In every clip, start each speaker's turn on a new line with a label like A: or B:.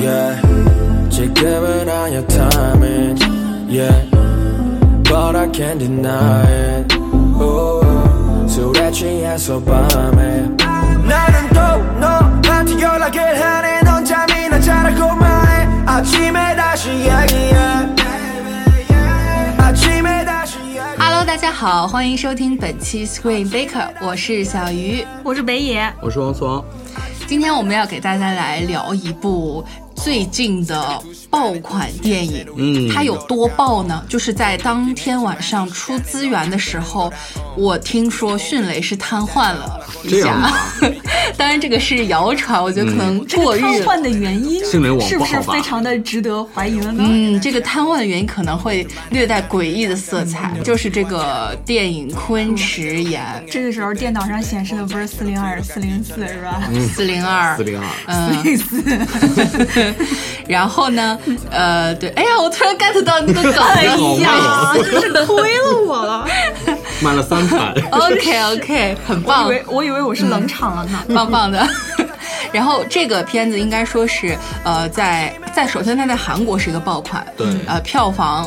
A: yeah. 지금은 아니야 timing, yeah. But I can't deny it. Ooh, 술에 취해서 밤에 나는 또 너한테 연락을 하네. 넌 잠이나 자라고만 해. 아침에 다시 이야기해. 아침에 다시 이야기해.
B: Hello，大家好，欢迎收听本期 Screen Baker，我是小鱼。
C: 我是北野，
D: 我是王思王，
B: 今天我们要给大家来聊一部最近的爆款电影。
D: 嗯
B: 它有多爆呢？就是在当天晚上出资源的时候，我听说迅雷是瘫痪了一
D: 这样
B: 下
D: 啊。 嗯
B: 当然，这个是谣传，我觉得可能
C: 这
B: 过
C: 个
B: 誉
C: 瘫
B: 了。
C: 痪的原因
D: 新闻网
C: 是不
D: 不好吧
C: 是非常的值得怀疑了呢？
B: 嗯，这个瘫痪的原因可能会略带诡异的色彩，就是这个电影昆池演
C: 这个时候电脑上显示的不是四零二、四零四是吧？
B: 四零二
D: 嗯四，零二，
B: 嗯，
C: 类似，
B: 然后呢，呃，对，哎呀，我突然 get 到那个梗
C: 哎
B: 了。
C: 呀，真是亏了我了！
D: 买了三盘，
B: OK OK，很
C: 我以
B: 棒，
C: 为我以为我是冷场了呢。
B: 棒棒的。 然后这个片子应该说是，呃，在在首先它在韩国是一个爆款，
D: 对
B: 呃，票房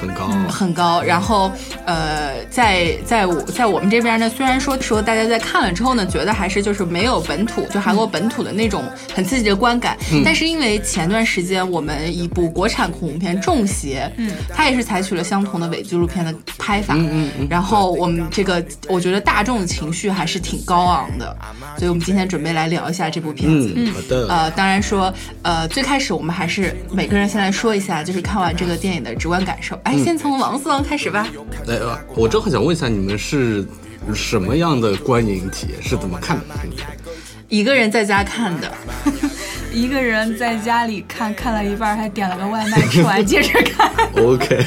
D: 很高，啊
B: 很高。然后呃，在在我在我们这边呢，虽然说说大家在看了之后呢，觉得还是就是没有本土就韩国本土的那种很刺激的观感，但是因为前段时间我们一部国产恐怖片《中邪》，嗯，它也是采取了相同的伪纪录片的拍法，嗯嗯然后我们这个我觉得大众的情绪还是挺高昂的，所以我们今天准备来聊一下这部片子。
D: 嗯，好的，
B: 呃，当然说，呃，最开始我们还是每个人先来说一下，就是看完这个电影的直观感受。哎，先从王思王开始吧。
D: 哎，呃我正好想问一下你们是什么样的观影体验，是怎么看的？
B: 一个人在家看的，
C: 一个人在家里看看了一半，还点了个外卖，吃完接着看。
D: OK，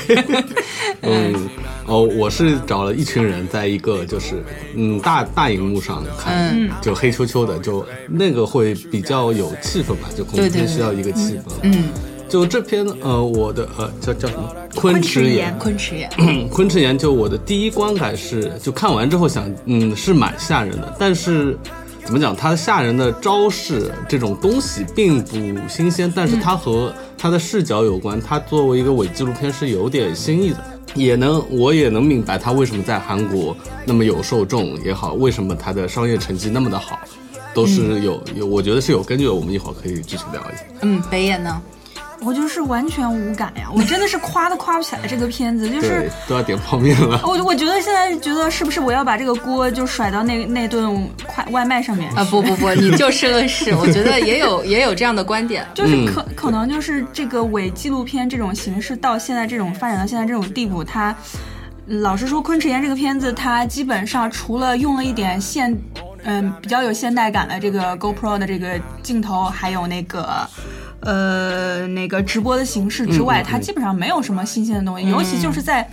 D: 嗯，哦，我是找了一群人，在一个就是嗯大大荧幕上看，就黑秋秋的，就那个会比较有气氛吧，就恐怖
B: 对对
D: 片需要一个气氛。嗯，就这篇呃，我的呃叫叫什么？昆池
C: 池
D: 岩
C: 岩。
B: 昆池岩，
D: 昆池岩就我的第一观感是，就看完之后想，嗯，是蛮吓人的，但是。怎么讲？它吓人的招式这种东西并不新鲜，但是它和它的视角有关，它作为一个伪纪录片是有点新意的，也能我也能明白它为什么在韩国那么有受众也好，为什么它的商业成绩那么的好，都是有有，我觉得是有根据的。我们一会儿可以具体聊一下。
B: 嗯，北野呢？
C: 我就是完全无感呀，我真的是夸都夸不起来这个片子，就是哦
D: 对，都要点泡面了。
C: 我我觉得现在觉得是不是我要把这个锅就甩到那那顿快外卖上面
B: 啊，不不不，你就事论事，我觉得也有也有这样的观点。
C: 就是可、可能就是这个伪纪录片这种形式到现在这种发展到现在这种地步，它老实说，《昆池岩》这个片子，它基本上除了用了一点现，嗯，比较有现代感的这个 GoPro 的这个镜头，还有那个。呃，那个直播的形式
B: 嗯
C: 之外，它基本上没有什么新鲜的东西，尤其就是在，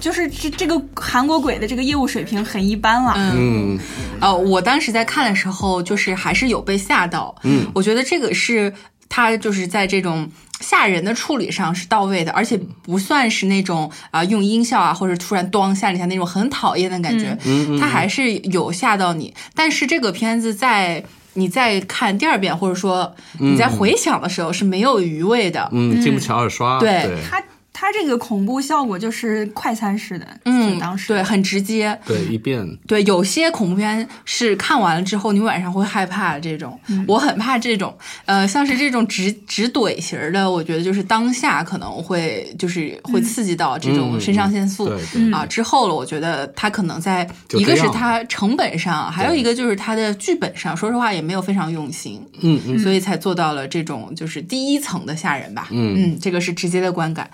C: 就是这这个韩国鬼的这个业务水平很一般了。
D: 嗯，
B: 呃，我当时在看的时候，就是还是有被吓到。嗯，我觉得这个是他就是在这种吓人的处理上是到位的，而且不算是那种啊、用音效啊或者突然咚吓你一下那种很讨厌的感觉。嗯，他还是有吓到你。但是这个片子在你再看第二遍，或者说你在回想的时候是没有余味的。
D: 嗯，经不起二刷。
B: 对
D: 对
C: 它它这个恐怖效果就是快餐式的，就
B: 嗯，
C: 当时
B: 对，很直接。
D: 对，一遍。
B: 对，有些恐怖片是看完了之后，你晚上会害怕这种，我很怕这种，呃，像是这种直直怼型儿的，我觉得就是当下可能会就是会刺激到这种
D: 嗯
B: 肾上腺素、
D: 对对
B: 啊，之后了，我觉得它可能在
D: 就
B: 一个
D: 这
B: 是
D: 样
B: 它成本上，还有一个就是它的剧本上，说实话也没有非常用心，
D: 嗯嗯。
B: 所以才做到了这种就是第一层的吓人吧。嗯这个是直接的观感。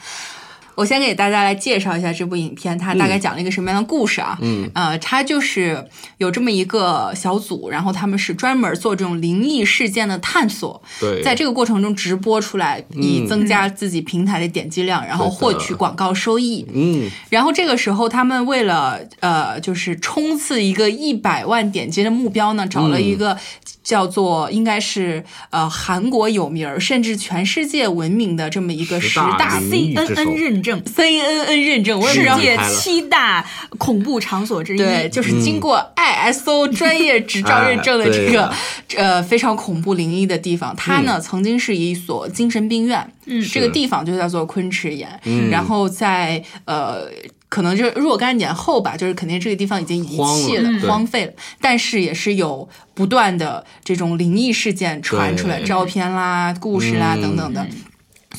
B: 我先给大家来介绍一下这部影片，它大概讲了一个什么样的故事啊？嗯，呃，它就是有这么一个小组，然后他们是专门做这种灵异事件的探索，
D: 对，
B: 在这个过程中直播出来，以增加自己平嗯台的点击量，然后获取广告收益。
D: 嗯，
B: 然后这个时候，他们为
D: 嗯
B: 了呃，就是冲刺一个一百万点击的目标呢，找了一个叫做应该是呃韩国有名儿，甚至全世界闻名的这么一个
D: 十
B: 十
D: 大
B: 大
D: 名
C: C
D: 名誉
C: N
D: 之
C: N
D: 首
C: 认证，
B: CNN 认证，我也不
C: 世
B: 知道
D: 是。
C: 界七大恐怖场所之一。
B: 对，
D: 嗯
B: 就是经过 ISO 专业执照认证的
D: 哎
B: 这
D: 对
B: 个、
D: 呀嗯
B: 呃非常恐怖灵异的地方，它呢、曾经是一所精神病院，嗯，这个
D: 是嗯
B: 地方就叫做昆池岩，然后在呃。可能就是若干年后吧，就是肯定这个地方已经遗
D: 荒
B: 弃
D: 了嗯对
B: 荒废了，但是也是有不断的这种灵异事件传出来，
D: 对
B: 照片啦、故事啦、
D: 嗯
B: 等等的。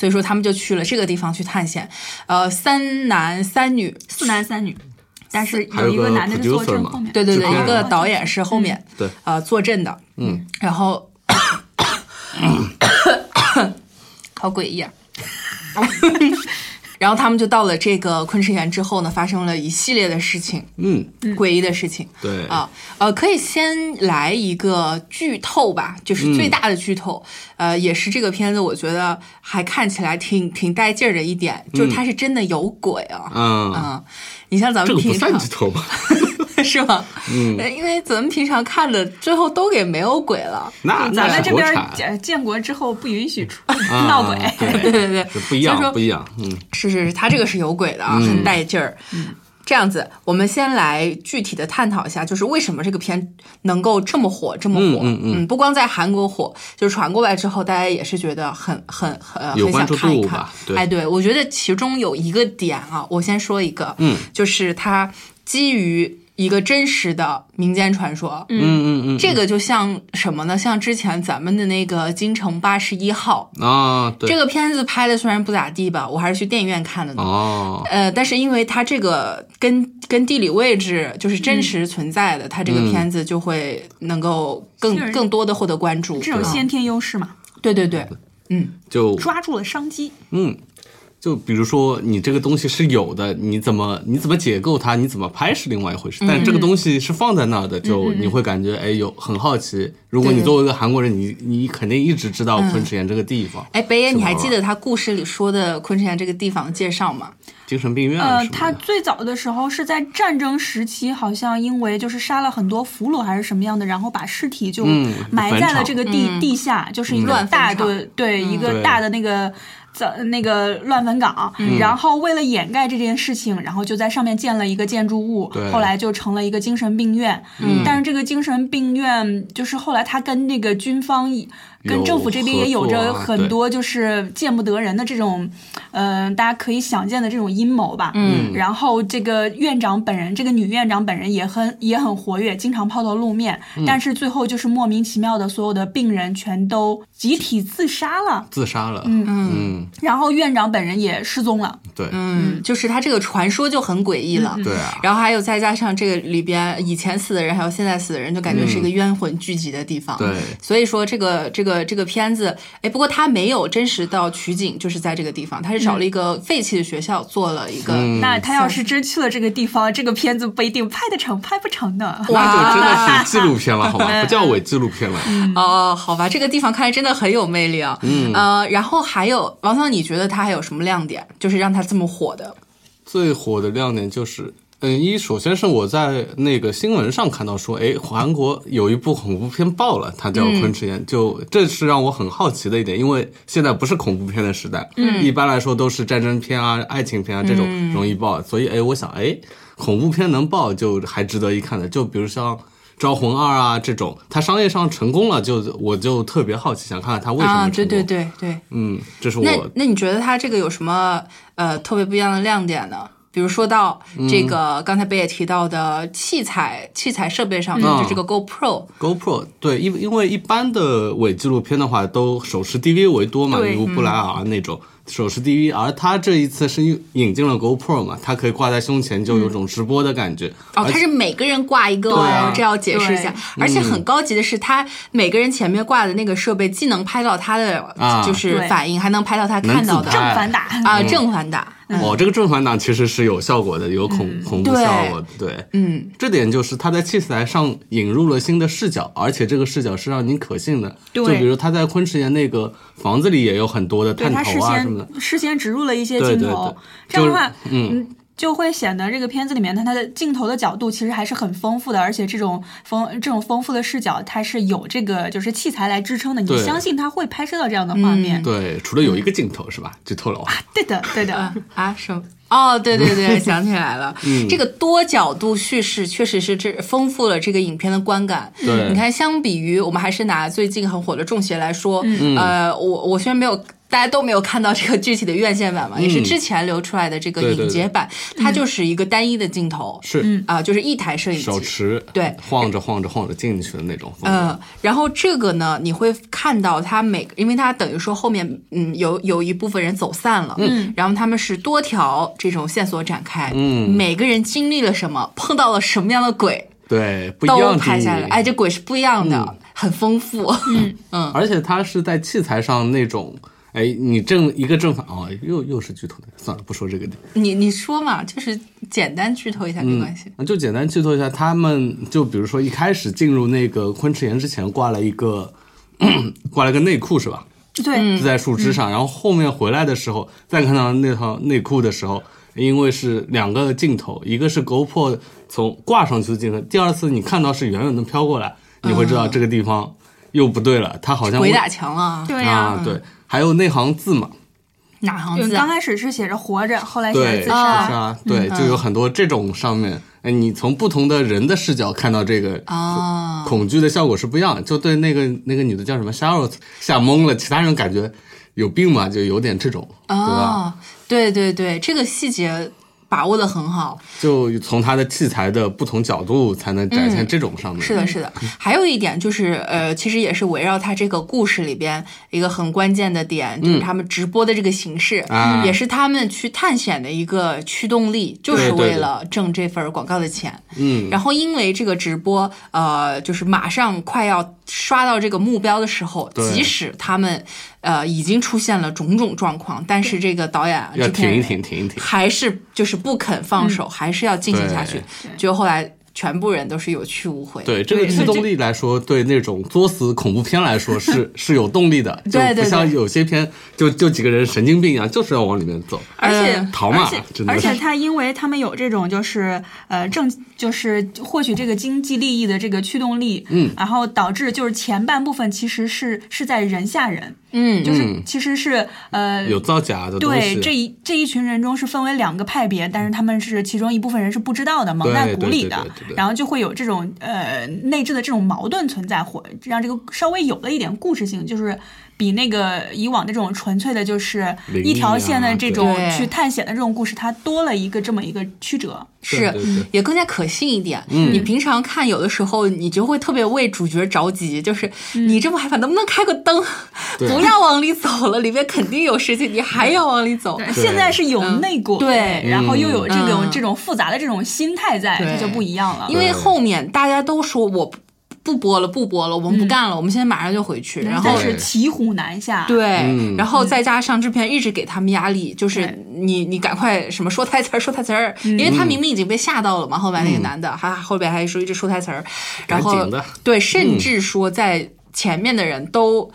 B: 所以说他们就去了这个地方去探险，呃，三男三女，
C: 四男三女，但是
D: 还有
C: 有一
D: 个
C: 男的是坐
D: producer
C: 正
D: 嘛
C: 后面。啊
B: 对对对，
D: 制片
B: 一
D: 人
B: 个导演是后面、
D: 嗯对
B: 呃坐镇的，嗯，然后好诡异啊。 然后他们就到了这个昆池岩之后呢，发生了一系列的事情，
D: 嗯，
B: 诡异的事情。
D: 对
B: 啊，呃，可以先来一个剧透吧，就是
D: 嗯
B: 最大的剧透，呃，也是这个片子我觉得还看起来挺挺带劲儿的一点，就是它是真的有鬼啊。
D: 嗯，
B: 啊，你像咱
D: 这
B: 们
D: 个不
B: 平常
D: 算剧透吧？
B: 是吗？嗯，因为咱们平常看的最后都给没有鬼了。
D: 那
C: 咱
D: 啊那
C: 们
D: 是
C: 这
D: 国
C: 边
D: 产
C: 呃建国之后不允许出
D: 啊
C: 闹鬼，
D: 对
B: 对对对，
D: 是不一
B: 所以说
D: 样，不一样，嗯，
B: 是是是，它这个是有鬼的啊，很带劲儿。这样子，我们先来具体的探讨一下，就是为什么这个片能够这么火，这么火。
D: 嗯嗯
B: 不光在韩国火，就传过来之后，大家也是觉得很很很呃
D: 有
B: 很想
D: 关注
B: 看一
D: 度
B: 看
D: 吧。对
B: 哎，对，我觉得其中有一个点啊，我先说一个，
D: 嗯，
B: 就是它基于一个真实的民间传说，嗯，
D: 嗯嗯
B: 这个就像什么呢？像之前咱们的那个《京城八十一号》
D: 嗯，啊，对，
B: 这个片子拍的虽然不咋地吧，我还是去电影院看的呢。
D: 哦，
B: 呃，但是因为它这个跟跟地理位置就是真实存在
D: 嗯
B: 的，它这个片子就会能够更、
C: 是
B: 更多的获得关注。
C: 这种
B: 啊
C: 先天优势嘛，
B: 对对对，
D: 就
C: 抓住了商机。
D: 嗯，就比如说你这个东西是有的，你怎么你怎么解构它，你怎么拍是另外一回事。但这个东西是放在那儿的，就你会感觉哎有很好奇。如果你
B: 对
D: 作为一个韩国人，你你肯定一直知道昆池岩这个地方，
B: 哎，北野，
D: 是
B: 你还
D: 玩
B: 记得他故事里说的昆池岩这个地方的介绍吗？
D: 精神病院啊
C: 呃
D: 什，么
C: 他
D: 的。
C: 最早的时候是在战争时期，好像因为就是杀了很多俘虏还是什么样的，然后把尸体就
D: 嗯
C: 埋
D: 坟
C: 在了
D: 场嗯
C: 这个地、地下，就是一
B: 嗯
C: 个
B: 乱坟
C: 大
B: 场嗯
C: 的对一个
D: 对嗯
C: 大的那个。在那个乱坟岗，然后为了掩盖这件事情，然后就在上面建了一个建筑物
D: 对，嗯
C: 后来就成了一个精神病院。但是这个精神病院就是后来他跟那个军方、跟
D: 有
C: 政府这边也有
D: 合
C: 着
D: 作啊
C: 很
D: 对
C: 多就是见不得人的这种，嗯、大家可以想见的这种阴谋吧。嗯，然后这个院长本人，这个女院长本人也很也很活跃，经常抛头露面，
D: 嗯
C: 但是最后就是莫名其妙的，所有的病人全都集体自杀了，
D: 自杀了，嗯嗯，
C: 然后院长本人也失踪了。
D: 对
B: 嗯，就是他这个传说就很诡异了。
D: 对啊，
B: 然后还有再加上这个里边以前死的人，还有现在死的人，就感觉是一个冤魂聚集的地方。
D: 对
B: 所以说这个这个这个片子，哎，不过它没有真实到取景，就是在这个地方，它是找了一个废弃的学校做了一个。
D: 嗯
C: 那他要是真去了这个地方，这个片子不一定拍得成，拍不成的。
D: 那就真的是纪录片了，好 吗？不叫伪纪录片了，
B: 哦，好吧，这个地方看来真的很有魅力啊。嗯，呃，然后还有王桑，你觉得它还有什么亮点？就是让它这么火的？
D: 最火的亮点就是，嗯，一首先是我在那个新闻上看到说，哎，韩国有一部恐怖片爆了，它叫《
B: 嗯
D: 昆池岩》，就这是让我很好奇的一点，因为现在不是恐怖片的时代，嗯，一般来说都是战争片啊、爱情片啊这种
B: 嗯
D: 容易爆，所以哎，我想哎，恐怖片能爆就还值得一看的，就比如像。《招魂二》啊，这种它商业上成功了就，我就特别好奇，想看看它为什么
B: 啊，
D: 成功。
B: 对对，对对。
D: 嗯，这是
B: 那
D: 我
B: 那你觉得它这个有什么呃特别不一样的亮点呢？比如说到
D: 嗯
B: 这个、刚才北也提到的器材器材设备上面，
D: 嗯
B: 就这个 GoPro，
D: GoPro 对，因为因为一般的伪纪录片的话，都手持 DV 为多嘛，
C: 对嗯
D: 如布莱尔啊那种手持 DV，而他这一次是引进了 GoPro 嘛，它可以挂在胸前，就有种直播的感觉。
B: 哦，
D: 而
B: 它
D: 且
B: 是每个人挂一个哦，
D: 对啊嗯
B: 这要解释一下
C: 对。
B: 而且很高级的是，它每个人前面挂的那个设备，既能拍到他的、
D: 啊
B: 就是反应，还能拍到他看到的
D: 能自嗯
C: 正
D: 拍
C: 反打，
B: 啊、正反打。
C: 嗯
D: 哦，这个正反打其实是有效果的，有恐、恐怖
B: 对
D: 效果的。对，嗯，这点就是它在器材上引入了新的视角，而且这个视角是让你可信的。
C: 对
D: 就比如他在昆池岩那个房子里也有很多的
C: 对
D: 探
C: 他事
D: 头啊什么的。
C: 先事先植入了一些
D: 对
C: 镜
D: 对
C: 头
D: 对，
C: 这样的
D: 就是
C: 话，嗯。就会显得这个片子里面它它的镜头的角度其实还是很丰富的，而且这种丰这种丰富的视角，它是有这个就是器材来支撑的。你
D: 对
C: 相信它会拍摄到这样的画面？
D: 对，除了有一个镜头是吧？剧透了啊，
C: 对的，对的
B: 啊。啊什么？哦，对对 对，想起来了，
D: 嗯
B: 这个多角度叙事确实是这丰富了这个影片的观感。
D: 对
B: 你看，相比于我们还是拿最近很火的《中邪》来说，
D: 嗯
B: 呃，我我虽然没有。大家都没有看到这个具体的院线版嘛，也是之前流出来的这个
D: 对嗯对对
B: 影节版，它就是一个单一的镜头，
D: 是
B: 啊、就是一台摄影
D: 手
B: 机，
D: 持，
B: 对
D: 晃着晃着晃着进去的那种风格。
B: 嗯，然后这个呢，你会看到他每，因为他等于说后面，嗯，有有一部分人走散了，嗯，然后他们是多条这种线索展开，
D: 嗯
B: 每个人经历了什么，碰到了什么样的鬼，
D: 对，不一
B: 都
D: 样嗯
B: 拍下来，
D: 的
B: 哎，这鬼是不一样的，很丰富，嗯嗯，
D: 而且它是在器材上那种，哎，你正一个正反哦，又又是剧透的，算了，不说这个点，
B: 你你说嘛，就是简单剧透一下没关系，
D: 那就简单剧透一下，他们就比如说一开始进入那个昆池岩之前挂了一个 挂了个内裤是吧？
C: 对，
D: 就在树枝
B: 嗯
D: 上，然后后面回来的时候再看到那条内裤的时候，因为是两个镜头，一个是 GoPro 从挂上去的镜头，第二次你看到是远远的飘过来，你会知道这个地方又不对了，它好像
B: 嗯鬼打墙了啊，
C: 对呀
D: 啊，，对，还有那行字嘛，
B: 哪行
C: 就
B: 字
C: 刚
B: 啊？
C: 开始是写着活着，后来写
D: 对，
C: 着
D: 自
C: 自杀。
D: 杀，啊
B: 嗯
D: 对，就有很多这种上面，哎，你从不同的人的视角看到这个
B: 啊
D: 恐惧的效果是不一样的，就对那个那个女的叫什么 Charlotte 吓懵了，其他人感觉有病嘛，就有点这种，对吧？
B: 啊，对对对，这个细节把握的很好，
D: 就从他的器材的不同角度才能展现这种上
B: 嗯
D: 面。
B: 是的，是的。
D: 嗯
B: 还有一点就是，呃，其实也是围绕他这个故事里边一个很关键的点，就是他们直播的这个形式，
D: 嗯啊
B: 也是他们去探险的一个驱动力，就是
D: 对对
B: 为
D: 对
B: 了挣这份广告的钱。
D: 嗯，
B: 然后因为这个直播，呃，就是马上快要刷到这个目标的时候，
D: 对
B: 即使他们呃已经出现了种种状况，但是这个导演
D: 要
B: 制片
D: 停一
B: 人
D: 停，停一停。
B: 还是就是不肯放
D: 嗯
B: 手，还是要进行下去
D: 对。
B: 就后来全部人都是有去无回。
D: 对这个
C: 对
D: 驱动力来说，对那种作死恐怖片来说是 是有动力的，就
B: 对对
D: 不像
B: 对
D: 有些片就就几个人神经病一样，就是要往里面走。
C: 而且
B: 嗯
D: 逃嘛
C: 而且
D: 真的
C: 而
D: 是
C: 且他因为他们有这种就是呃正就是获取这个经济利益的这个驱动力，嗯，然后导致就是前半部分其实是是在人吓人，
B: 嗯，
C: 就是其实是呃
D: 有造假的东西。啊
C: 对这一这一群人中是分为两个派别，但是他们是其中一部分人是不知道的，蒙在鼓里的
D: 对对对对对，
C: 然后就会有这种呃内置的这种矛盾存在，或让这个稍微有了一点故事性，就是比那个以往的这种纯粹的，就是
D: 灵异啊
C: 一条线的这种
B: 对
C: 去探险的这种故事，它多了一个这么一个曲折。
B: 是
D: 对对对
B: 也更加可信一点。嗯，你平常看有的时候，你就会特别为主角着急，就是
D: 嗯
B: 你这么害怕，能不能开个灯？
D: 对
B: 不要往里走了，里面肯定有事情，你还要往里走。
C: 现在是有内鬼，
B: 嗯对
C: 然后又有这种
B: 嗯
C: 这种复杂的这种心态在，
B: 对
C: 它就不一样了。
B: 因为后面大家都说我不不播了，不播了，我们
D: 嗯
B: 不干了，我们现在马上就回去。然后
C: 但是骑虎难下，
B: 对，
D: 嗯
B: 然后再加上制片一直给他们压力，就是
C: 对
B: 你你赶快什么说台词儿说台词儿，因为
D: 嗯
B: 他明明已经被吓到了嘛，后面那个男的还、后边还说一直说台词儿，然
D: 赶
B: 后
D: 紧的嗯
B: 对，甚至说在前面的人都。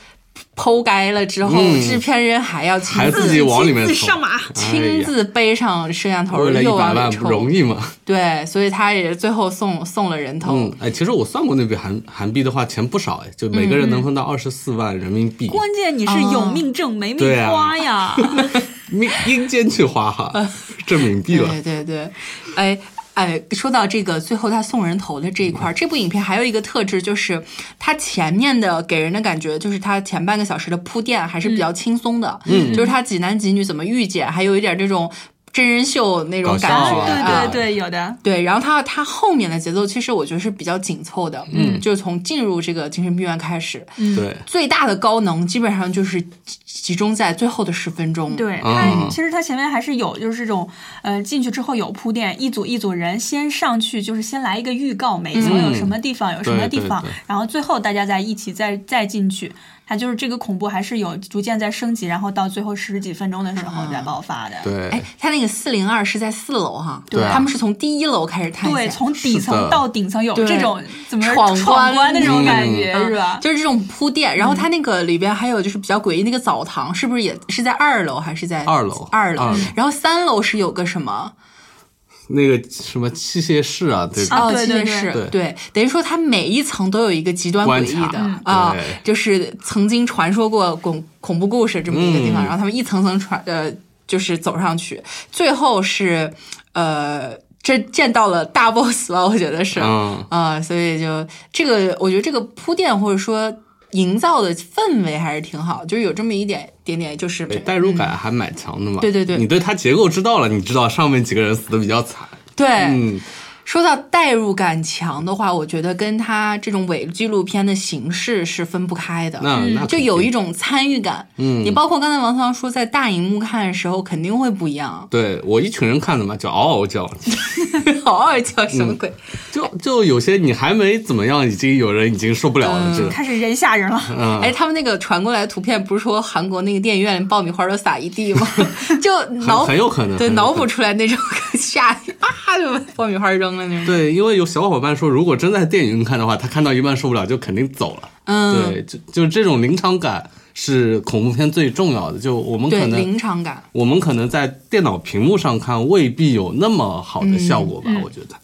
B: 剖开了之后，
D: 嗯
B: 制片人还要亲
D: 还
B: 自
D: 自己往里面
C: 亲自
D: 冲
C: 上 马
B: 亲自啊背上摄像头，
D: 哎为了一
B: 又
D: 百
B: 往
D: 万
B: 里
D: 不容
B: 冲。
D: 易嘛。
B: 对，所以他也最后送送了人头。
D: 嗯，哎，其实我算过那笔韩韩币的话，钱不少哎，就每个人能分到二十四万人民币，
C: 关键你是有命挣没命
D: 对啊
C: 花 呀。
D: 民阴间去 花哈，挣冥币了
B: 对。 对对，哎。哎，说到这个，最后他送人头的这一块儿，这部影片还有一个特质，就是它前面的给人的感觉，就是它前半个小时的铺垫还是比较轻松的，嗯，就是他几男几女怎么遇见，还有一点这种真人秀那种
D: 搞笑
B: 感觉，
D: 啊
B: 啊
C: 哎对对对，有的。
B: 对，然后它它后面的节奏其实我觉得是比较紧凑的，嗯，就是从进入这个精神病院开始，
D: 对，
B: 最大的高能基本上就是集集中在最后的十分钟，
C: 对
D: 嗯
C: 它，其实它前面还是有，就是这种，呃，进去之后有铺垫，一组一组人先上去，就是先来一个预告，每一层有什么地方，有什么地方
D: 对对对，
C: 然后最后大家再一起再再进去，它就是这个恐怖还是有逐渐在升级，然后到最后十几分钟的时候再爆发的。
D: 嗯对，
B: 哎，他那个四零二是在四楼哈，
D: 对啊
B: 他们是从第一楼开始探险，
C: 对，从底
D: 是的
C: 层到顶层有这种怎么说
B: 闯
C: 闯
B: 关
C: 关的这种感
D: 嗯
C: 觉
B: 嗯
C: 是吧？
B: 就是这种铺垫。
C: 嗯
B: 然后他那个里边还有就是比较诡异，那个澡堂是不是也是在二楼还是在
D: 二楼
B: 二
D: 二
B: 楼
D: 楼。
B: 然后三楼是有个什么？
D: 那个什么器械室啊，对吧？
C: 啊
B: 哦，
C: 对
B: 器
C: 对
B: 械
C: 对
B: 室
D: 对
B: 对，等于说它每一层都有一个极端诡
D: 关
B: 异
D: 卡
B: 的
D: 嗯
B: 啊
D: 对，
B: 就是曾经传说过恐恐怖故事这么一个地方，
D: 嗯
B: 然后他们一层层传呃，就是走上去，最后是呃，这见到了大 boss 吧，我觉得是，
D: 嗯，
B: 啊，所以就这个，我觉得这个铺垫或者说营造的氛围还是挺好，就是有这么一点点点，就是
D: 对，代入感还蛮强的
B: 嗯
D: 嘛。
B: 对对对
D: 你对它结构知道了，你知道上面几个人死的比较惨。
B: 对。
D: 嗯，
B: 说到代入感强的话，我觉得跟他这种伪纪录片的形式是分不开的。
D: 那那
B: 嗯就
D: 肯
B: 有
D: 定
B: 一种参与感，嗯，你包括刚才王思阳说，在大荧幕看的时候肯定会不一样。
D: 对我一群人看的嘛，叫嗷嗷叫，
B: 嗷嗷叫什
D: 嗯
B: 么鬼？
D: 就就有些你还没怎么样，已经有人已经受不了
B: 嗯
D: 了，这个
C: 开始人吓人了。
D: 嗯
B: 哎，他们那个传过来的图片，不是说韩国那个电影院爆米花都撒一地吗？ 就脑
D: 很很有可能
B: 对
D: 很有
B: 脑
D: 可
B: 补
D: 能
B: 出来那种 吓得啊就把爆米花扔了那种。
D: 对，因为有小伙伴说，如果真在电影院看的话，他看到一半受不了就肯定走了。
B: 嗯，
D: 对，就就这种临场感是恐怖片最重要的。就我们
B: 对
D: 可能
B: 临场感。
D: 我们可能在电脑屏幕上看未必有那么好
B: 嗯
D: 的效果吧，我觉得。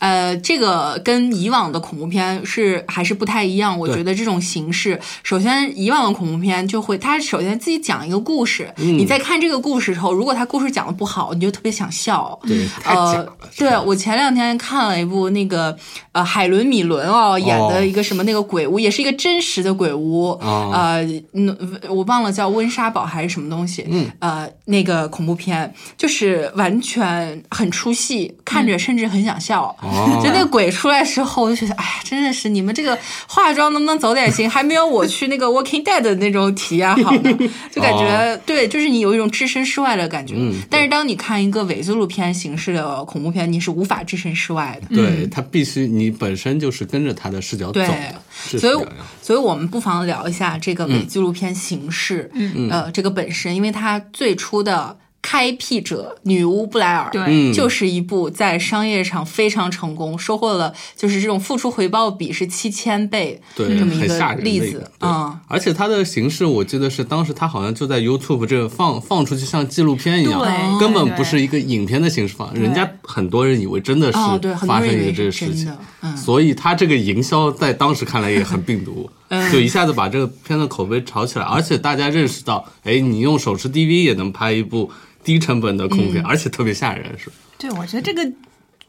B: 呃，这个跟以往的恐怖片是还是不太一样。我
D: 对
B: 觉得这种形式，首先以往的恐怖片就会，它首先自己讲一个故事，
D: 嗯
B: 你在看这个故事的时候，如果它故事讲的不好，你就特别想笑。
D: 对，太假
B: 呃
D: 了。，是
B: 对
D: 吧
B: 我前两天看了一部那个呃海伦米伦哦演的一个什么那个鬼屋，也是一个真实的鬼屋，
D: 哦
B: 呃，嗯我忘了叫温莎堡还是什么东西，嗯，呃，那个恐怖片就是完全很出戏，看着甚至很想笑。
D: 嗯哦
B: 就那个鬼出来之后，我就觉得，哎呀，真的是你们这个化妆能不能走点心？还没有我去那个 Walking Dead 的那种体验好呢，就感觉、对，就是你有一种置身事外的感觉。
D: 嗯
B: 但是当你看一个伪纪录片形式的恐怖片，你是无法置身事外的。
D: 对他必须，你本身就是跟着他的视角走
B: 嗯对
D: 的，是
B: 所以
D: 这
B: 我
D: 样。，
B: 所以我们不妨聊一下这个伪纪录片形式，嗯、呃，这个本身，因为它最初的开辟者女巫布莱尔，
C: 对
D: 嗯
B: 就是一部在商业上非常成功，收获了就是这种付出回报比是七千倍，
D: 对，
B: 这么一
D: 很吓
B: 个
D: 人的一
B: 例子，
D: 个对
B: 嗯，
D: 而且它的形式，我记得是当时它好像就在 YouTube 这放放出去，像纪录片一样
C: 对，
D: 根本不是一个影片的形式放。人家很多人以为真的是
B: 哦，对，很多
D: 发生
B: 人以为
D: 一个这个
B: 是
D: 事
B: 真
D: 情
B: 的，，嗯。
D: 所以它这个营销在当时看来也很病 毒，
B: 嗯
D: 就一下子把这个片的口碑炒起来，而且大家认识到，哎，你用手持 DV 也能拍一部低成本的
B: 嗯
D: 恐怖片，而且特别吓人，是吧
C: 对，我觉得这个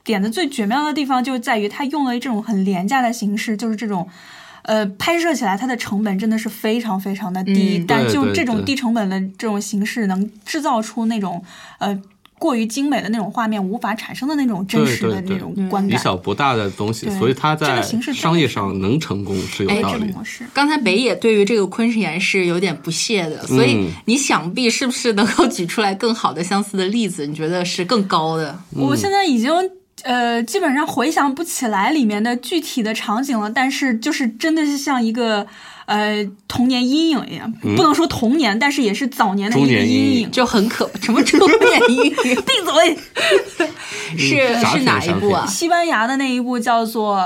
C: 点的最绝妙的地方就在于它用了这种很廉价的形式，就是这种。呃，拍摄起来它的成本真的是非常非常的低，
B: 嗯
C: 但就
D: 对
C: 这种
D: 对
C: 低成本的这种形式，能制造出那种呃过于精美的那种画面，无法产生的那种真
D: 对
C: 实的
D: 对
C: 那
D: 对
C: 种观
D: 以
C: 感。
D: 小博大的东西，
C: 对
D: 所以它
C: 这
D: 在
C: 个形式真的
D: 商业上能成功是有
B: 哎
D: 道
C: 这
D: 理
C: 种
D: 的。
C: 模式，
B: 刚才北野对于这个昆池岩是有点不屑
D: 嗯
B: 的，所以你想必是不是能够举出来更好的相似的例子？你觉得是更高的？
D: 嗯
C: 我现在已经呃基本上回想不起来里面的具体的场景了，但是就是真的是像一个呃童年阴影一样，不能说童年，但是也是早年的一
D: 嗯中
C: 个
D: 年阴
C: 阴
D: 影
B: 就很可什么中年阴影
C: 闭嘴！
B: 是
D: 嗯啥
B: 是
D: 片
B: 哪一
D: 啥
B: 部啊？
C: 西班牙的那一部叫做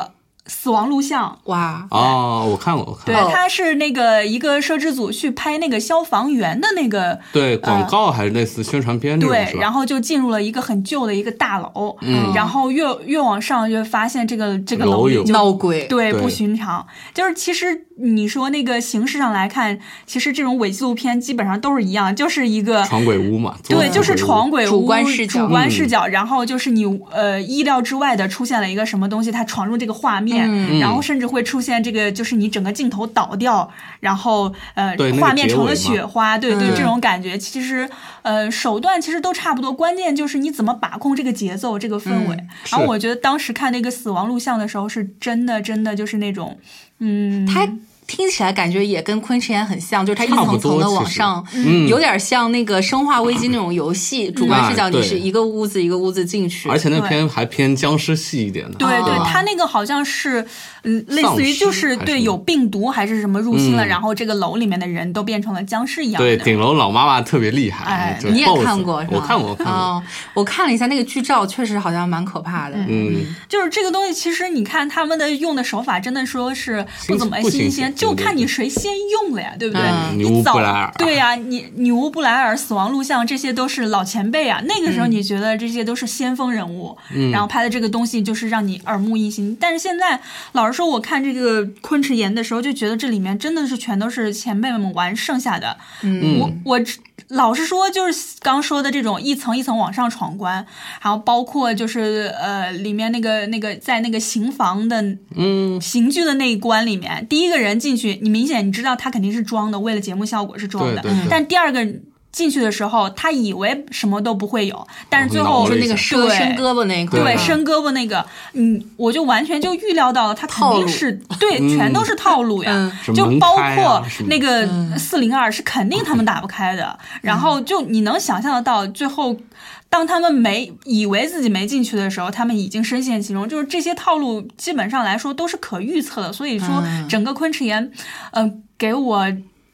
C: 《死亡录像》。
B: 哇，
D: 哦，我看过，我看
C: 对
D: 过。，
C: 他是那个一个摄制组去拍那个消防员的那个
D: 对广告还是类似宣传片这种
C: 对
D: 是，吧？嗯
C: 然后就进入了一个很旧的一个大楼，然后越越往上越发现这个这个
D: 楼
C: 楼
D: 有
C: 里就
B: 闹鬼
C: 对
D: 对
C: 不寻常。就是其实你说那个形式上来看，其实这种伪纪录片基本上都是一样，就是一个
D: 床鬼屋嘛，
C: 对，
D: 做嗯
C: 就是床鬼屋
B: 主观视角
C: 主观视角，然后就是你呃意料之外的出现了一个什么东西，它闯入这个画面，
B: 嗯
D: 嗯
C: 然后甚至会出现这个就是你整个镜头倒掉，然后呃
D: 对那个
C: 画面成了
D: 结尾嘛
C: 雪花，对对
B: 嗯
C: 这种感觉，其实呃手段其实都差不多，关键就是你怎么把控这个节奏、这个氛
D: 嗯
C: 围。然后我觉得当时看那个死亡录像的时候，是真的真的就是那种嗯，
B: 它听起来感觉也跟昆池岩很像，就是它一
D: 差不
B: 层层
D: 多
B: 的
D: 其
B: 往
D: 实嗯
B: 上，有点像那个《生化危机》那种游戏，主观视角，
D: 啊
B: 你
D: 对
B: 是一个屋子一个屋子进去，
D: 而且那片还偏僵尸系一点的，
C: 对啊对
B: 哦，
C: 它那个好像是，嗯，类
D: 丧
C: 似于就
D: 尸
C: 是
D: 还是
C: 对
D: 什么
C: 有病毒还是什么入侵了，
D: 嗯
C: 然后这个楼里面的人都变成了僵尸一样
D: 对
C: 的。
D: 顶楼老妈妈特别厉害
C: 哎，
D: 就是
B: 你也
D: boss
B: 看过是吧？
D: 我看过，我看过，
B: 哦，我看了一下那个剧照，确实好像蛮可怕的。
D: 嗯，
C: 就是这个东西，其实你看他们的用的手法，真的说是不
D: 新
C: 怎么
D: 不新
C: 新
D: 鲜
C: 鲜，就看你谁先用了呀，对不对？
B: 嗯
C: 你
D: 牛
C: 早
D: 布莱尔
C: 对呀、你牛布莱尔、死亡录像这些都是老前辈啊。那个时候你觉得这些都是先锋人物，
D: 嗯
C: 然后拍的这个东西就是让你耳目一新。但是现在，老实说，我看这个昆池岩的时候，就觉得这里面真的是全都是前辈们玩剩下的。嗯，我我只。老实说，就是刚说的这种一层一层往上闯关，然后包括就是呃里面那个那个在那个刑房的
D: 嗯，
C: 刑具的那一关里面，第一个人进去，你明显你知道他肯定是装的，为了节目效果是装的。
D: 对对对
C: 但第二个进去的时候，他以为什么都不会有，但是最后
D: 脑
B: 就
D: 了一
B: 那个伸
C: 对
B: 伸胳膊那一块儿，
C: 对
D: 嗯
C: 伸胳膊那个，嗯，我就完全就预料到了，他肯定是对，全都是套路呀，
D: 嗯
C: 就
D: 什么门
C: 包
D: 开啊
C: 括
D: 什么
C: 那个四零二是肯定他们打不开的，然后就你能想象得到，最后当他们没以为自己没进去的时候，他们已经深陷其中，就是这些套路基本上来说都是可预测的，所以说
B: 嗯
C: 整个昆池岩，嗯、给我。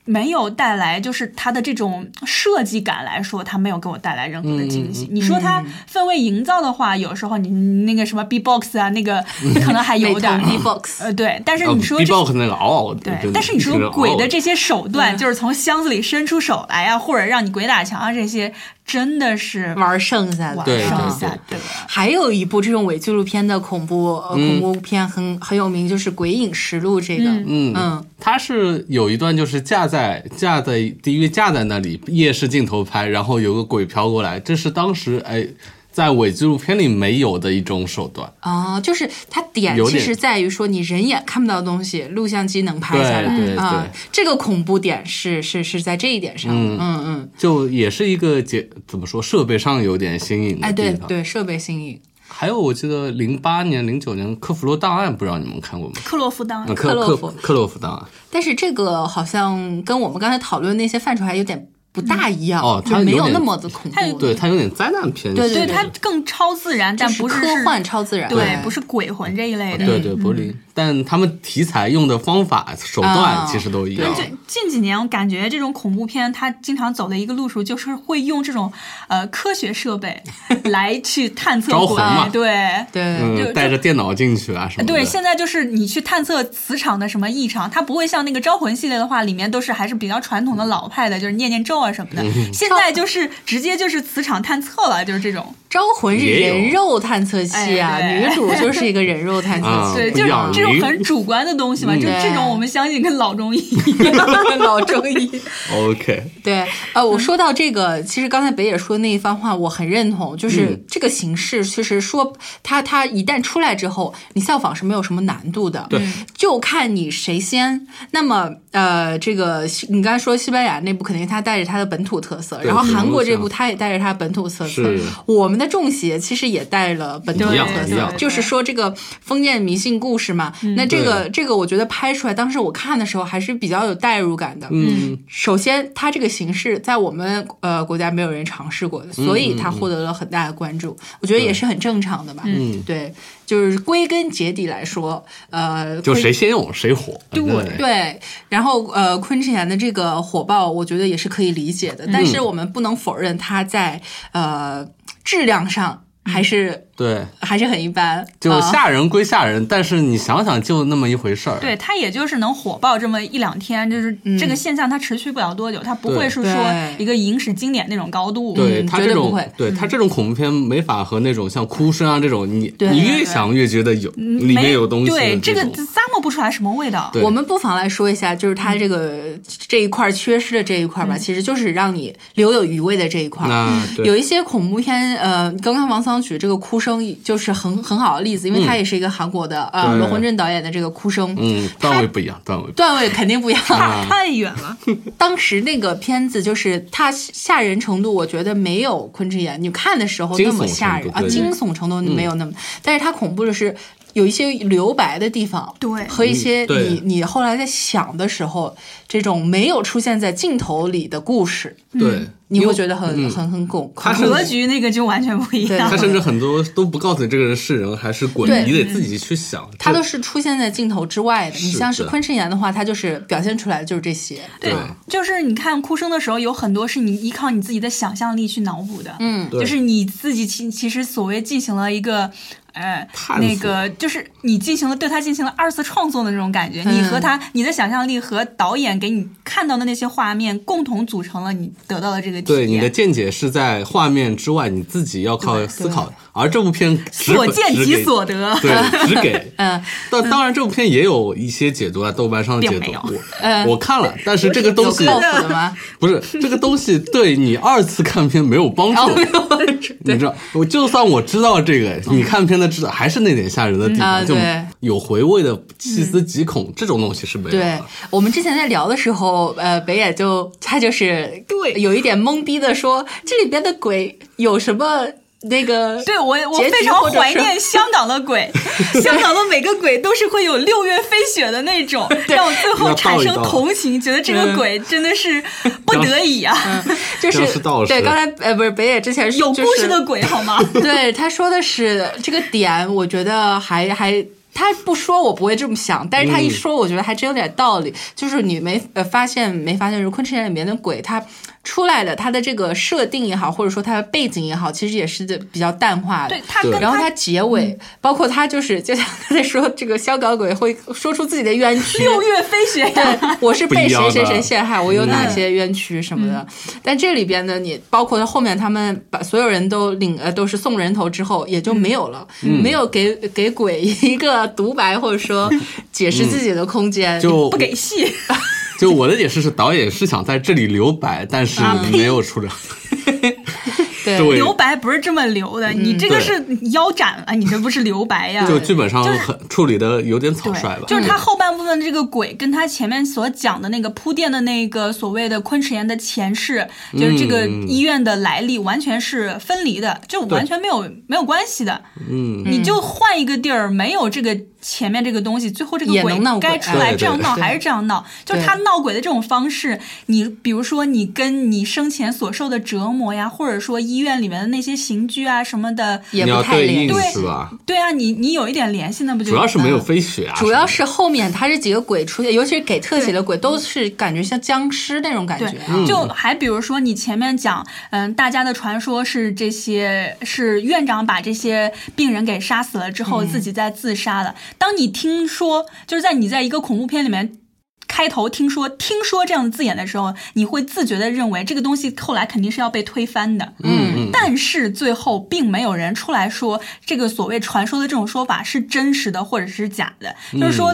C: 没有带来，就是它的这种设计感来说，它没有给我带来任何的惊喜。你说它氛围营造的话，有时候你那个什么 B-box 啊，那个可能还有点儿，
B: 美瞳 B-box
C: 呃，对。但是你说
D: 地
C: 这
D: 豹可能嗷嗷的，
C: 对
D: 真，的
C: 但是你
D: 这
C: 说
D: 个
C: 鬼
D: 嗷嗷
C: 的这些手段，就是从箱子里伸出手来啊，或者让你鬼打墙啊，这些真的是
B: 玩剩下的，
C: 玩
D: 对
C: 剩
B: 嗯
C: 下的。
B: 还有一部这种伪纪录片的恐怖、呃、恐怖片很很有名，就是《鬼影实录》这个，
C: 嗯
D: 嗯
B: 嗯
D: 它是有一段就是架在架在第一架在那里夜视镜头拍，然后有个鬼飘过来，这是当时哎在伪纪录片里没有的一种手段。
B: 啊、就是它点
D: 有
B: 其
D: 点
B: 实在于说你人眼看不到的东西，录像机能拍下
D: 对
B: 来
D: 对
B: 啊、
D: 对
B: 这个恐怖点是是是在这一点上，嗯嗯
D: 就也是一个节怎么说设备上有点新颖
B: 哎
D: 的
B: 对
D: 地方。
B: 对，设备新颖，
D: 还有我记得零八年零九年科弗洛档案，不知道你们看过吗？
C: 克洛夫当
D: 呃
B: 克洛
D: 克
B: 夫
D: 克洛夫档案
B: 但是这个好像跟我们刚才讨论那些范畴还有点不大一样，
D: 嗯哦
B: 就
D: 它有
B: 没有
D: 点
B: 那么的恐
C: 它有
B: 怖，
D: 对它有点灾难片，
B: 对
C: 对
B: 对
C: 它更超自然，但
B: 就
C: 不
B: 是
C: 是
B: 科幻超自然，
C: 对，不是鬼魂这一类的。
D: 对对柏林，但他们题材用的方法手段
B: 啊
D: 其实都一样
C: 但。最近几年，我感觉这种恐怖片，它经常走的一个路数就是会用这种呃科学设 备来去探测
D: 招
C: 鬼
D: 魂嘛，
C: 对。
B: 对。
C: 就
D: 嗯，
C: 就
D: 带着电脑进去啊什么的。
C: 对，现在就是你去探测磁场的什么异常，它不会像那个招魂系列的话，里面都是还是比较传统的老派的，就是念念咒啊什么的。
D: 嗯
C: 现在就是直接就是磁场探测了，就是这
D: 啊
C: 种。
B: 招魂是
D: 也有
B: 人肉探测器啊，
C: 哎对
B: 女主就是一个人肉探测
D: 啊
B: 器，
C: 对，
D: 不
C: 就是
D: 要
C: 这种
D: 灵
C: 很主观的东西嘛，就这种我们相信跟老中医一样。
B: 老中医。
D: OK，
B: 对，呃，
D: 嗯
B: 我说到这个，其实刚才北野说那一番话，我很认同，
D: 嗯
B: 就是这个形式，其实说它它一旦出来之后，你效仿是没有什么难度的，
D: 对，
B: 就看你谁先。那么，呃，这个西你刚才说西班牙那部肯定它带着它的本土特色，
D: 对
B: 然后
D: 是
B: 韩国这
D: 是
B: 部它也带着它本土特色
D: 是，
B: 我们的中邪其实也带了本土
D: 一样
B: 特
D: 一
B: 色
D: 样，嗯
B: 就是说这个封建迷信故事嘛，那这个这个我觉得拍出来，当时我看的时候还是比较有代入感的，嗯。
D: 嗯，
B: 首先，它这个形式在我们呃国家没有人尝试过的，所
D: 嗯
B: 以它获得了很大的关注。我觉得也是很正常的吧。嗯，对，就是归根结底来说，呃，
D: 就
B: 昆
D: 谁先用谁火。对
B: 对，然后呃，昆池岩的这个火爆，我觉得也是可以理解的，
D: 嗯
B: 但是我们不能否认它在呃质量上还是、
D: 对，
B: 还是很一般。
D: 嗯就
B: 啊
D: 吓人归吓人，但是你想想就那么一回事儿。
C: 对，它也就是能火爆这么一两天，就是这个现象它持续不了多久，它不
D: 对
C: 会是说
B: 嗯对
C: 一个影史经典那种高度。
D: 对
B: 嗯
D: 他
B: 绝
D: 这
B: 对不
D: 种
B: 会，
D: 对他这种恐怖片没法和那种像哭声啊这种，你
B: 对
D: 你
B: 对嗯
D: 越想越觉得有里
C: 没
D: 面有东西的
C: 对，这个
D: 种。
C: 咂摸不出来什么味道。
D: 对
B: 我们不妨来说一下，就是它这个这一块儿缺失的这一块儿吧，其实就是让你留有余味的这一块儿。
D: 嗯那
B: 嗯有
D: 对，
B: 一些恐怖片，呃，刚刚王桑举这个《哭声》就是很很好的例子，因为它也是一个韩国的，呃，
D: 嗯对
B: 罗魂振导演的这个《哭声》，
D: 嗯，段位不一样，段位不一样
B: 段位肯定不一样。
D: 啊
C: 差太远了，
B: 当时那个片子就是它吓人程度，我觉得没有昆池岩，你看的时候那么吓人
D: 惊
B: 啊，惊悚
D: 悚程度对
B: 程度没有那么，但是它恐怖的是有一些留白的地方，
C: 对
B: 和一些
D: 嗯对
B: 你你后来在想的时候，这种没有出现在镜头里的故事，
D: 对，
B: 你
D: 因为
B: 会觉得很
D: 嗯
B: 很很恐
D: 它是
C: 格局那个就完全不一样
D: 他
B: 对。
D: 甚至很多都不告诉你这个人是人还是鬼，
B: 对
D: 你得自己去想。
B: 它
D: 这
B: 都是出现在镜头之外的。你
D: 是
B: 像是
D: 的
B: 昆池岩的话，它就是表现出来的就是这些。嗯
D: 对
C: 就是你看哭声的时候，有很多是你依靠你自己的想象力去脑补的，
B: 嗯
D: 对
C: 就是你自己其其实所谓进行了一个哎
D: 探，索
C: 那个就是你进行了对他进行了二次创作的那种感
D: 嗯
C: 觉，你和他你的想象力和导演给你看到的那些画面共同组成了你得到的这个体
D: 对你的
C: 验。
D: 见解是在画面之外，你自己要靠思考的。而这部片只
C: 所见
D: 只
C: 即
D: 给
C: 所得，
D: 对，只 给。
B: 嗯，
D: 但当然，这部片也有一些解读啊，豆瓣上的解
C: 并
D: 读
C: 没有，
B: 嗯
D: 我我看了，但是这个东
B: 有
D: 西
B: 靠谱的吗？
D: 不是这个东西对你二次看片没有帮
C: 哦
B: 然后哦没
D: 助。
B: 有
D: 你知道，我就算我知道这个，
C: 哦
D: 你看片的知道还是那点吓人的地
B: 啊
D: 方，就
B: 对
D: 有回味的细思极恐这种东西是没有
B: 对
D: 的。
B: 我们之前在聊的时候，呃，北野就他就是
C: 对
B: 有一点懵逼的说，这里边的鬼有什么那个？
C: 对我，我
B: 结局
C: 非常
B: 或者
C: 怀
B: 是
C: 念香港的鬼， 香港的每个鬼都是会有六月飞雪的那 种，让我最后
D: 要
C: 产
D: 道一
C: 生
D: 道
C: 同情，觉得这个
B: 嗯
C: 鬼真的是不得已啊，
D: 嗯
B: 就是
D: 僵尸道士
B: 对，刚才呃不是北野之前
C: 有
B: 就
C: 故
B: 是
C: 事的鬼 好吗？
B: 对，他说的是这个点，我觉得还还。他不说，我不会这么想，但是他一说，我觉得还真有点道理。就是你没呃发现没发现，就是昆池岩里面的鬼，它出来的它的这个设定也好，或者说它的背景也好，其实也是比较淡化的。
C: 对他嗯
D: 对
C: 跟
B: 然后
C: 他
B: 他结尾，包括他就是，就像他在说这个香港鬼会说出自己的冤屈，
C: 六月飞雪呀，
B: 对， 我是被谁谁
D: 不一样
B: 谁
D: 的嗯
B: 陷害，我有哪些冤屈什么的。但这里边呢，你包括后面他们把所有人都领呃都是送人头之后，也就没有了，
D: 嗯
B: 没有给给鬼一个独白或者说解释自己的空间。
D: 嗯就
C: 不给戏，
D: 就我的解释是，导演是想在这里留白，但是没有 出来。
B: 对
D: 这位
C: 啊留白不是这么留的，你这个
D: 对
C: 是腰斩了，你这不是留白呀。
D: 就剧本上
C: 就是
D: 很处理的有点草
C: 对，
D: 率吧，
C: 就是他后半部分这个鬼跟他前面所讲的那个铺垫的那个所谓的昆池岩的前世，就是这个
B: 嗯
C: 医院的来历，完全是分离的，就完全没有没有关系的。
D: 嗯，
C: 你就换一个地儿，没有这个前面这个东西，最后这个
B: 也
C: 鬼
B: 能闹鬼
C: 该出来
D: 对对
C: 这样闹
B: 对
C: 还是这样闹，就是他闹鬼的这种方式，你比如说你跟你生前所受的折磨呀，或者说医院里面的那些刑具啊什么的，
B: 也
D: 你
B: 不
D: 要
B: 太
D: 对
B: 联
D: 应
B: 系。
C: 对嗯
D: 是吧？
C: 对啊，你你有一点联系，那不就
D: 主要是没有飞雪啊，
B: 主要
D: 什
B: 是后面他这几个鬼出现，尤其是给特写的鬼，都是感觉像僵尸那种感觉
C: 对
B: 啊。，
C: 就还比如说你前面讲，嗯，大家的传说是这些是院长把这些病人给杀死了之
B: 嗯
C: 后，自己再自杀的。当你听说，就是在你在一个恐怖片里面。开头听说“听说”这样的字眼的时候，你会自觉的认为这个东西后来肯定是要被推翻的。嗯，但是最后并没有人出来说这个所谓传说的这种说法是真实的或者是假的，
D: 嗯
C: 就是说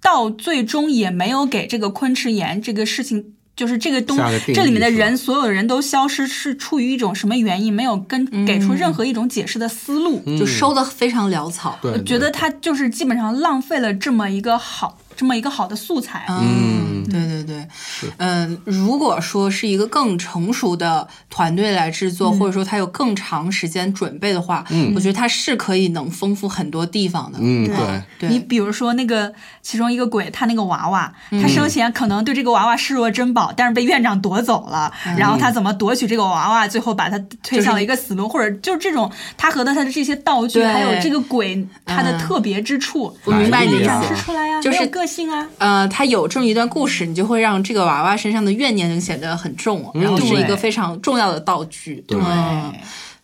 C: 到最终也没有给这个昆池岩这个事情，就是这个东
D: 下个定义
C: 这里面的
D: 是吧
C: 人，所有人都消失，是出于一种什么原因？没有跟给出任何一种解释的思路，
D: 嗯
B: 就收的非常潦草。
D: 么，
C: 我
D: 对，
C: 觉得他就是基本上浪费了这么一个好这么一个好的素材。
B: 嗯，对对对，嗯，如果说是一个更成熟的团队来制作，或者说他有更长时间准备的话，我觉得他是可以能丰富很多地方的。
D: 嗯，对，
B: 对
C: 你比如说那个其中一个鬼，他那个娃娃，
B: 嗯
C: 他生前可能对这个娃娃视若珍宝，但是被院长夺走了，
B: 嗯
C: 然后他怎么夺取这个娃娃，最后把他推向了一个死路，或者就是这种他和他的这些道具，
B: 对
C: 还有这个鬼他的特别之处，
B: 我明白
D: 哪一
B: 你的
D: 点啊
B: 意
C: 展
B: 思
C: 示。出来呀、
B: 就是
C: 没有个性啊，
B: 呃，他有这么一段故事，你就会让这个娃娃身上的怨念就显得很重，
D: 嗯
B: 然后是一个非常重要的道具。对嗯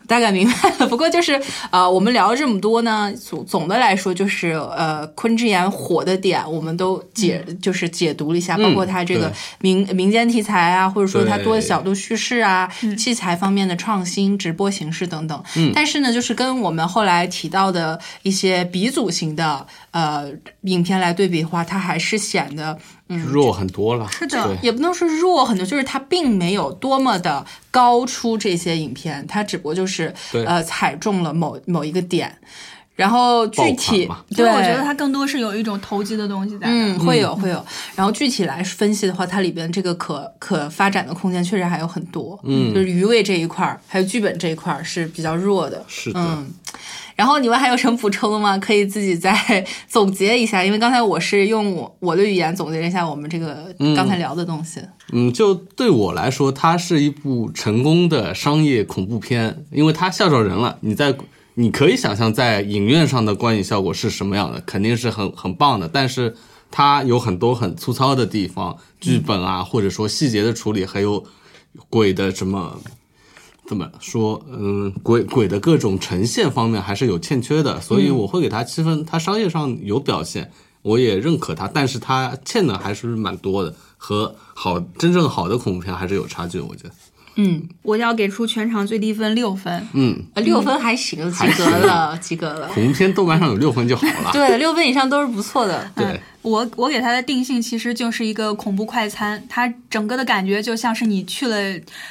B: 大概明白了，不过就是呃，我们聊了这么多呢，总总的来说就是呃，昆之岩火的点，我们都解、就是解读了一下，包括它这个
D: 对
B: 民民间题材啊，或者说它多
D: 对
B: 角度叙事啊，器材方面的创新、直播形式等等。但是呢，就是跟我们后来提到的一些鼻祖型的呃影片来对比的话，它还是显得
D: 弱很多了，是
C: 的
B: 也不能说弱很多，就是它并没有多么的高出这些影片，它只不过就是
D: 对
B: 呃踩中了某某一个点，然后具体
D: 爆款嘛
C: 所
B: 对，
C: 以我觉得他更多是有一种投机的东西在的。
B: 嗯会有会有，然后具体来分析的话，它里边这个可可发展的空间确实还有很多，嗯，就是余味这一块儿，还有剧本这一块儿是比较弱的，
D: 是的
B: 嗯。然后你们还有什么补充的吗？可以自己再总结一下，因为刚才我是用我我的语言总结了一下我们这个刚才聊的东西。
D: 嗯，就对我来说，它是一部成功的商业恐怖片，因为它吓着人了。你在你可以想象在影院上的观影效果是什么样的，肯定是很很棒的。但是它有很多很粗糙的地方，剧本啊，或者说细节的处理，还有鬼的什么怎么说，嗯，鬼鬼的各种呈现方面还是有欠缺的，所以我会给他七分。他商业上有表现，我也认可他，但是他欠的还是蛮多的，和好真正好的恐怖片还是有差距，我觉得。
B: 嗯，
C: 我要给出全场最低分六分。
D: 嗯，
B: 呃六分还行，及格了，及格了。
D: 恐怖片豆瓣上有六分就好了。
B: 对，六分以上都是不错的。
D: 对，
C: 嗯我我给它的定性其实就是一个恐怖快餐，它整个的感觉就像是你去了，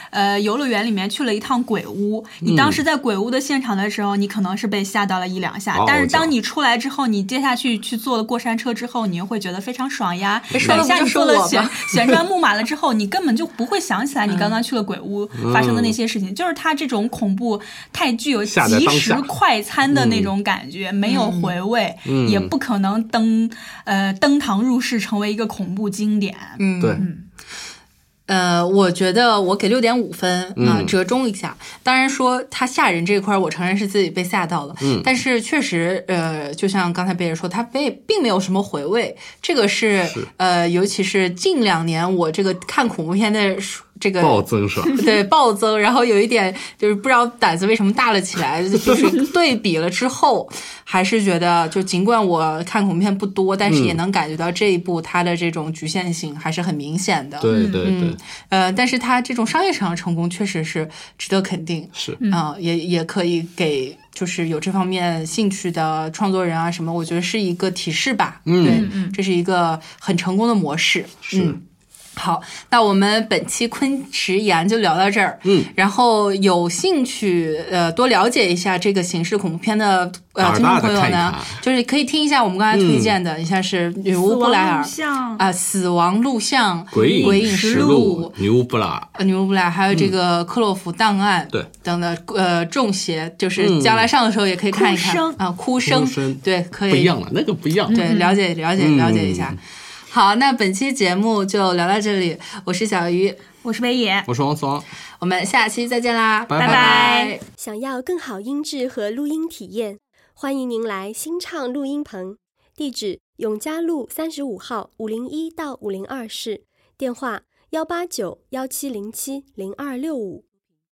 C: 呃，游乐园里面去了一趟鬼屋。你当
B: 嗯
C: 时在鬼屋的现场的时候，你可能是被吓到了一两下，
D: 哦
C: 但是
D: 我知道
C: 当你出来之后，你接下去去坐了过山车之后，你又会觉得非常爽呀。
B: 哎说的不
C: 等下你
B: 就是
C: 坐
B: 我
C: 了
B: 吗
C: 旋 旋转木马了之后，你根本就不会想起来
D: 嗯
C: 你刚刚去了鬼屋发生的那些事情。就是它这种恐怖太具有
D: 吓得
C: 即
D: 当
C: 时
D: 下嗯
C: 快餐的那种感觉，没有
B: 嗯
C: 回味，也不可能登呃登堂入室成为一个恐怖经典。
B: 嗯，
D: 对，
B: 呃，我觉得我给六点五分啊、
D: 嗯
B: 折中一下。当然说它吓人这一块儿，我承认是自己被吓到了，嗯，但是确实，呃，就像刚才贝尔说，它被并没有什么回味，这个是呃，尤其是近两年我这个看恐怖片的数这个
D: 暴增是吧？
B: 对暴增，然后有一点就是不知道胆子为什么大了起来，就是对比了之后，还是觉得就尽管我看恐怖片不多，但是也能感觉到这一部它的这种局限性还是很明显的。
D: 对对对
B: 嗯，，呃，但是它这种商业上的成功确实是值得肯定，
D: 是。
B: 啊、也也可以给就是有这方面兴趣的创作人啊什么，我觉得是一个提示吧。嗯，对，这是一个很成功的模式。嗯。好，那我们本期昆池岩就聊到这儿。嗯，然后有兴趣呃多了解一下这个形式恐怖片的呃
D: 胆儿
B: 听
D: 大
B: 众朋
D: 的
B: 友
D: 看一
B: 呢
D: 看，嗯
B: 就是可以听一下我们刚才推荐的，你像是《女巫布莱尔》
C: 像
B: 啊，《死亡录像》《
D: 鬼影
B: 鬼
D: 实
B: 实
D: 录》《女巫布拉
B: 呃，女巫布莱，还有这个《克洛夫档案》
D: 嗯对嗯
B: 等的呃中邪，就是将来上的时候也可以看一看、
C: 哭声
B: 啊，哭声
D: 哭声
B: 对，》可以
D: 不一样了，那个不一样。
B: 对，了解了解
D: 嗯
B: 了解一下。好，那本期节目就聊到这里，我是小鱼，
C: 我是北野，
D: 我是王思王，
B: 我们下期再见啦，
D: 拜拜
B: 拜
E: 想要更好音质和录音体验，欢迎您来新唱录音棚，地址永嘉路三十五号五零一到五零二室，电话幺八九幺七零七零二六五。